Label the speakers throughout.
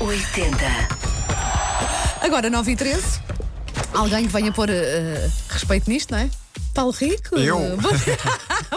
Speaker 1: 80.
Speaker 2: Agora 9 e 13. Alguém que venha pôr eh, respeito nisto, não é? Paulo Rico?
Speaker 3: Eu?
Speaker 2: Bom-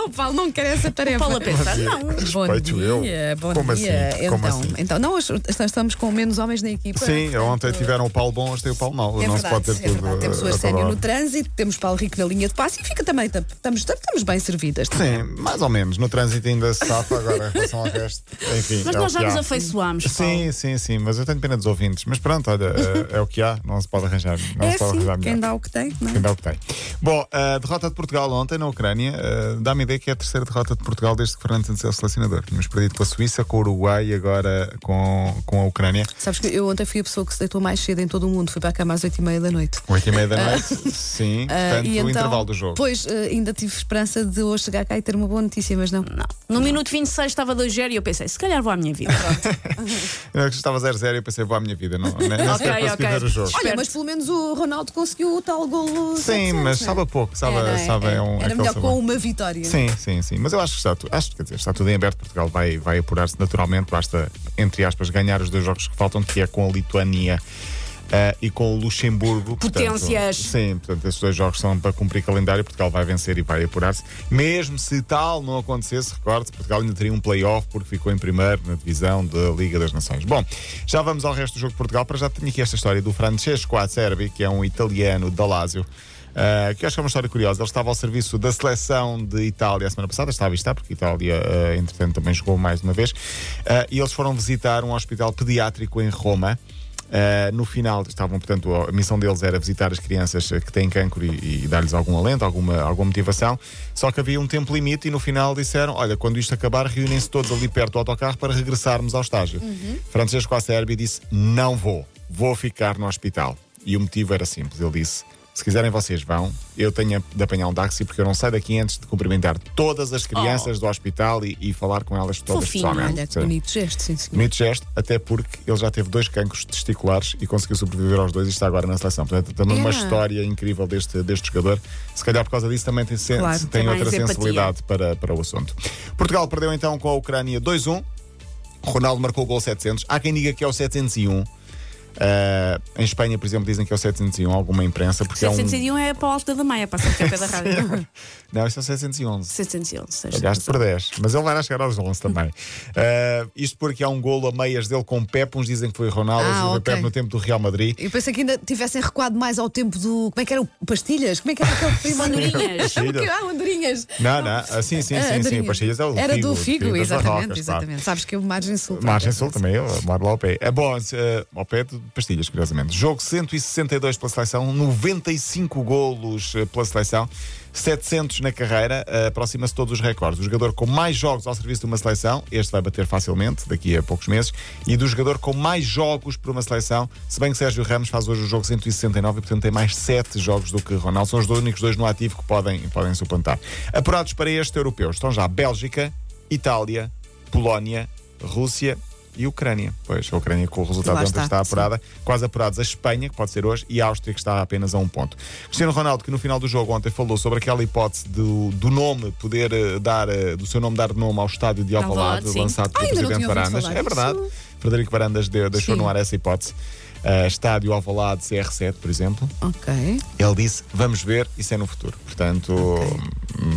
Speaker 2: o Paulo não quer essa tarefa.
Speaker 4: Paulo a pensar,
Speaker 3: Mas,
Speaker 4: não.
Speaker 2: Bom
Speaker 3: Respeito
Speaker 2: dia,
Speaker 3: eu.
Speaker 2: bom
Speaker 3: Como
Speaker 2: dia.
Speaker 3: assim?
Speaker 2: Então,
Speaker 3: Como assim?
Speaker 2: então não, hoje estamos com menos homens na equipa.
Speaker 3: Sim, ontem tiveram o Paulo bom, hoje tem o Paulo mau.
Speaker 2: É
Speaker 3: não
Speaker 2: verdade,
Speaker 3: se pode ter
Speaker 2: é
Speaker 3: tudo.
Speaker 2: verdade. Temos
Speaker 3: a- a
Speaker 2: o Arsénio
Speaker 3: toda
Speaker 2: no trânsito, temos Paulo Rico na linha de passe e fica também, tam- estamos, estamos bem servidas.
Speaker 3: hora. Sim, mais ou menos. No trânsito ainda se safa agora em relação ao resto. Enfim.
Speaker 4: Mas
Speaker 3: é o
Speaker 4: nós já
Speaker 3: que
Speaker 4: nos
Speaker 3: há.
Speaker 4: afeiçoámos. Paulo.
Speaker 3: Sim, sim, sim, mas eu tenho pena dos ouvintes. Mas pronto, olha, é, é o que há, não se pode arranjar. Não
Speaker 2: é
Speaker 3: se pode
Speaker 2: assim,
Speaker 3: arranjar
Speaker 2: quem
Speaker 3: melhor.
Speaker 2: dá o que tem, não é?
Speaker 3: Ainda é o que tem. Bom, a derrota de Portugal ontem na Ucrânia eh, dá-me a ideia que é a terceira derrota de Portugal desde que Fernando Santos é o selecionador. Tínhamos perdido com a Suíça, com o Uruguai e agora com, com a Ucrânia.
Speaker 2: Sabes que eu ontem fui a pessoa que se deitou mais cedo em todo o mundo, fui para a cama às 8h30 da noite.
Speaker 3: Oito e meia da noite, sim,
Speaker 2: Ah,
Speaker 3: portanto,
Speaker 2: e então,
Speaker 3: o intervalo do jogo.
Speaker 2: Pois, eh, ainda tive esperança de hoje chegar cá e ter uma boa notícia, mas não.
Speaker 4: Não. No minuto 26 estava 2-0 e eu pensei, se calhar vou à minha vida.
Speaker 3: Eu estava 0-0 e eu pensei, vou à minha vida, não, nem, nem sequer
Speaker 4: Ok,
Speaker 3: consegui
Speaker 4: ok.
Speaker 3: ver o jogo.
Speaker 2: Olha, mas pelo menos o Ronaldo conseguiu o tal golo.
Speaker 3: Sim, mas sabe a pouco, sabe,
Speaker 2: Era,
Speaker 3: sabe, é um,
Speaker 2: era
Speaker 3: aquele
Speaker 2: melhor
Speaker 3: sabor.
Speaker 2: com uma vitória.
Speaker 3: Sim, sim, sim. Mas eu acho que está, tu- acho, quer dizer, está tudo em aberto. Portugal vai, vai apurar-se naturalmente. Basta, entre aspas, ganhar os dois jogos que faltam, que é com a Lituânia. ah, e com o Luxemburgo. portanto,
Speaker 4: Potências.
Speaker 3: sim, portanto, esses dois jogos são para cumprir calendário. Portugal vai vencer e vai apurar-se. Mesmo se tal não acontecesse, recorde, Portugal ainda teria um play-off porque ficou em primeiro na divisão da Liga das Nações. Bom, já vamos ao resto do jogo de Portugal. Para já tenho aqui esta história do Francesco Acerbi, que é um italiano da Lazio. Uh, que eu acho que é uma história curiosa. Ele estava ao serviço da seleção de Itália a semana passada, estava a estar, porque a Itália, uh, entretanto, também jogou mais uma vez. Uh, e eles foram visitar um hospital pediátrico em Roma. Uh, no final, estavam, portanto, a missão deles era visitar as crianças uh, que têm cancro e, e dar-lhes algum alento, alguma, alguma motivação. Só que havia um tempo limite e no final disseram: Olha, quando isto acabar, reúnem-se todos ali perto do autocarro para regressarmos ao estágio.
Speaker 2: Uhum.
Speaker 3: Francesco Acerbi disse: Não vou, vou ficar no hospital. E o motivo era simples: ele disse. Se quiserem, vocês vão. Eu tenho de apanhar um táxi porque eu não saio daqui antes de cumprimentar todas as crianças do hospital e, e falar com elas todas
Speaker 4: Fofinho,
Speaker 2: Oh.
Speaker 3: pessoalmente.
Speaker 2: Olha, que
Speaker 3: Sim.
Speaker 2: bonito gesto, sim, senhor.
Speaker 3: Bonito gesto, até porque ele já teve dois cancros testiculares e conseguiu sobreviver aos dois e está agora na seleção. Portanto, também uma
Speaker 2: Ah.
Speaker 3: história incrível deste, deste jogador. Se calhar por causa disso também tem, sen-
Speaker 2: Claro,
Speaker 3: tem
Speaker 4: tem mais
Speaker 3: outra
Speaker 4: empatia.
Speaker 3: sensibilidade para, para o assunto. Portugal perdeu então com a Ucrânia 2-1. Ronaldo marcou o gol 700. Há quem diga que é o 701. Ah, em Espanha, por exemplo, dizem que é o 701, alguma imprensa, porque é um.
Speaker 4: 701 é para a alta da meia, para a pé da rádio.
Speaker 3: Não, isso é o 711.
Speaker 4: 711, seja.
Speaker 3: Gasto por 10, mas ele vai lá chegar aos 11 também. Ah, isto porque há um golo a meias dele com Pepe, uns dizem que foi Ronaldo,
Speaker 2: Ah,
Speaker 3: outros dizem
Speaker 2: ok.
Speaker 3: Pepe no tempo do Real Madrid.
Speaker 2: Eu pensei que ainda tivessem recuado mais ao tempo do. Como é que era? o Pastilhas? Como é que era aquele primo?
Speaker 4: Andorinhas.
Speaker 2: O que- Ah, andorinhas.
Speaker 3: Não, não, ah, sim, sim,
Speaker 2: Ah,
Speaker 3: sim, sim,
Speaker 2: andorinhas.
Speaker 3: o Pastilhas é o
Speaker 2: Era
Speaker 3: figo,
Speaker 2: do
Speaker 3: o
Speaker 2: Figo,
Speaker 3: das
Speaker 2: exatamente.
Speaker 3: barrocas, pá.
Speaker 2: exatamente. Sabes que eu margem sul.
Speaker 3: Margem Sul também, eu moro lá ao pé. É bom, eh, ao pé de pastilhas, curiosamente. Jogo 162 pela seleção, 95 golos eh, pela seleção, 700 na carreira, eh, aproxima-se todos os recordes. O jogador com mais jogos ao serviço de uma seleção, este vai bater facilmente daqui a poucos meses, e do jogador com mais jogos por uma seleção, se bem que Sérgio Ramos faz hoje o jogo 169 e, portanto, tem mais 7 jogos do que Ronaldo. São os dois únicos dois no ativo que podem, podem suplantar. Apurados para este europeu estão já Bélgica, Itália, Polónia, Rússia e Ucrânia. Pois, a Ucrânia com o resultado
Speaker 2: Lá
Speaker 3: de ontem
Speaker 2: está,
Speaker 3: está apurada, quase apurados a Espanha, que pode ser hoje, e a Áustria, que está apenas a um ponto. Cristiano Ronaldo, que no final do jogo ontem falou sobre aquela hipótese do, do nome poder eh, dar, eh, do seu nome dar nome ao estádio de
Speaker 4: Alvalade,
Speaker 3: Alvalade,
Speaker 4: sim.
Speaker 3: lançado pelo
Speaker 2: Ah, ainda não
Speaker 3: Presidente
Speaker 2: tinha ouvido
Speaker 3: Varandas.
Speaker 2: falar
Speaker 3: É verdade.
Speaker 2: disso.
Speaker 3: Frederico Varandas deu- deixou
Speaker 2: Sim.
Speaker 3: no ar essa hipótese. Eh, estádio Alvalade CR7, por exemplo.
Speaker 2: Ok.
Speaker 3: Ele disse, vamos ver, isso é no futuro. Portanto,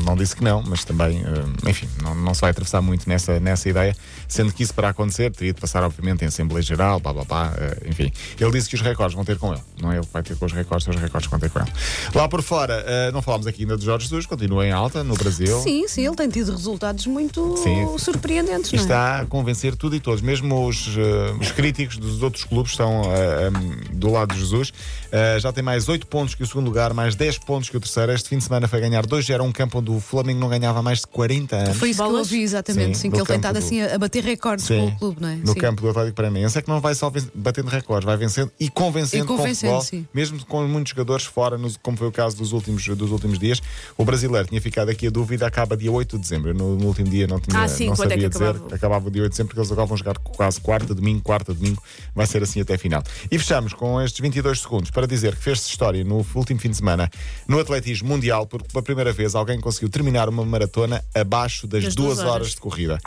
Speaker 3: não disse que não, mas também, eh, enfim, não, não se vai atravessar muito nessa, nessa ideia, sendo que isso para acontecer teria de passar, obviamente, em Assembleia Geral, blá blá blá, eh, enfim. Ele disse que os recordes vão ter com ele, não é ele que vai ter com os recordes, são os recordes que vão ter com ele. Lá por fora, eh, não falámos aqui ainda de Jorge Jesus, continua em alta no Brasil.
Speaker 2: Sim, sim, ele tem tido resultados muito
Speaker 3: Sim.
Speaker 2: surpreendentes,
Speaker 3: E
Speaker 2: não é?
Speaker 3: está a convencer tudo e todos, mesmo os, eh, os críticos dos outros clubes estão eh, em, do lado de Jesus. Eh, já tem mais 8 pontos que o segundo lugar, mais 10 pontos que o terceiro. Este fim de semana foi ganhar 2 era um campo onde o Flamengo não ganhava há mais de 40 anos.
Speaker 2: Foi isso que eu
Speaker 4: Bolas?
Speaker 2: ouvi, exatamente,
Speaker 3: Sim,
Speaker 2: sim,
Speaker 3: do
Speaker 2: que ele tem
Speaker 3: campo
Speaker 2: estado
Speaker 3: do-
Speaker 2: assim a a bater recordes com o clube, não é?
Speaker 3: No
Speaker 2: Sim.
Speaker 3: campo do Atlético Paranaense é que não vai só ven- batendo recordes, vai vencendo e convencendo,
Speaker 2: E convencendo,
Speaker 3: com o futebol,
Speaker 2: sim.
Speaker 3: mesmo com muitos jogadores fora, nos- como foi o caso dos últimos, dos últimos dias. O brasileiro tinha ficado aqui a dúvida, acaba dia 8 de dezembro. Eu No, no último dia não, tinha,
Speaker 4: Ah, sim,
Speaker 3: não
Speaker 4: quando é
Speaker 3: sabia
Speaker 4: que
Speaker 3: dizer.
Speaker 4: acabava?
Speaker 3: dia 8 de dezembro, porque eles agora vão jogar quase quarta, domingo, quarta, domingo. Vai ser assim até a final. E fechamos com estes 22 segundos para dizer que fez-se história no último fim de semana no atletismo mundial, porque pela primeira vez alguém conseguiu terminar uma maratona abaixo das
Speaker 4: Das
Speaker 3: duas
Speaker 4: duas horas.
Speaker 3: horas de corrida.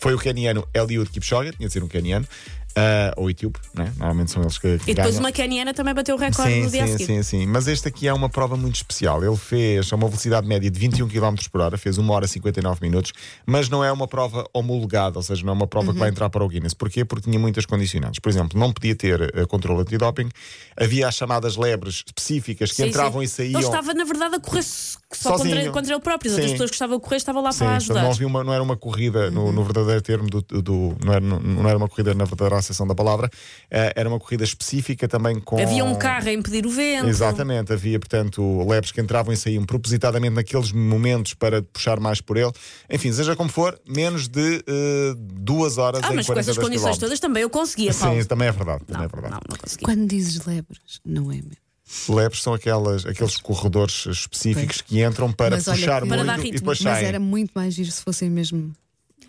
Speaker 3: Foi o keniano Eliud Kipchoge, tinha de ser um keniano, ah, ou Etíope, né? normalmente são eles que, que
Speaker 4: E depois
Speaker 3: ganham.
Speaker 4: uma caniana também bateu o recorde
Speaker 3: Sim,
Speaker 4: no dia a
Speaker 3: sim,
Speaker 4: seguir.
Speaker 3: sim, sim. Mas este aqui é uma prova muito especial. Ele fez a uma velocidade média de 21 km por hora, fez 1 hora e 59 minutos, mas não é uma prova homologada, ou seja, não é uma prova que
Speaker 4: Uhum.
Speaker 3: vai entrar para o Guinness. Porquê? Porque tinha muitas condicionantes. Por exemplo, não podia ter eh, controle antidoping, havia as chamadas lebres específicas que
Speaker 4: Sim,
Speaker 3: entravam
Speaker 4: sim.
Speaker 3: e saíam.
Speaker 4: Ele estava, na verdade, a correr só
Speaker 3: Sozinho.
Speaker 4: contra, contra ele próprio. As outras
Speaker 3: Sim.
Speaker 4: pessoas que estavam a correr estavam lá
Speaker 3: Sim,
Speaker 4: para
Speaker 3: portanto, não,
Speaker 4: ajudar.
Speaker 3: havia uma- não era uma corrida no, no verdadeiro termo do, do- não, era, não era uma corrida na verdadeira acessão da palavra, eh, era uma corrida específica também com.
Speaker 4: Havia um carro a impedir o vento.
Speaker 3: Exatamente, havia, portanto, lebres que entravam e saíam propositadamente naqueles momentos para puxar mais por ele. Enfim, seja como for, menos de eh, duas horas
Speaker 4: Ah,
Speaker 3: em
Speaker 4: mas com
Speaker 3: 42
Speaker 4: essas condições
Speaker 3: quilómetros.
Speaker 4: todas também eu conseguia, Paulo.
Speaker 3: Sim, isso também é verdade.
Speaker 4: não,
Speaker 3: Também é verdade.
Speaker 4: não, não conseguia.
Speaker 2: Quando dizes lebres, não é mesmo.
Speaker 3: Lebres são aquelas, aqueles corredores específicos que entram para
Speaker 2: Mas olha
Speaker 3: puxar
Speaker 2: que-
Speaker 3: muito
Speaker 4: Para dar
Speaker 3: e
Speaker 4: ritmo.
Speaker 3: depois
Speaker 2: Mas
Speaker 3: saem.
Speaker 2: era muito mais giro se fossem mesmo.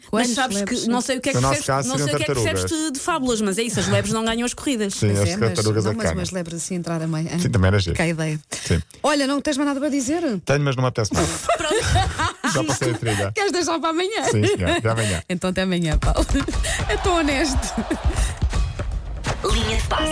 Speaker 4: Mas
Speaker 2: Quantos
Speaker 4: sabes
Speaker 2: lebres?
Speaker 4: que não sei o que é que
Speaker 3: No nosso
Speaker 4: percebes,
Speaker 3: caso,
Speaker 4: não sei
Speaker 3: seriam
Speaker 4: o que é que
Speaker 3: tartarugas.
Speaker 4: percebes de, de fábulas, mas é isso, as lebres não ganham as corridas.
Speaker 3: Sim,
Speaker 2: Pois
Speaker 3: as
Speaker 2: é, mas,
Speaker 3: tartarugas
Speaker 2: não,
Speaker 3: a
Speaker 2: mas
Speaker 3: cana.
Speaker 2: umas lebres assim entrar a meio.
Speaker 3: Sim, também era giro.
Speaker 2: Que a ideia.
Speaker 3: Sim.
Speaker 2: Olha, não tens mais nada para dizer?
Speaker 3: Tenho, mas não me apetece mais. Já passei a trilha.
Speaker 2: Queres deixar para amanhã?
Speaker 3: Sim, senhor. Até amanhã.
Speaker 2: Então até amanhã, Paulo. É tão honesto.
Speaker 1: Linha de passe.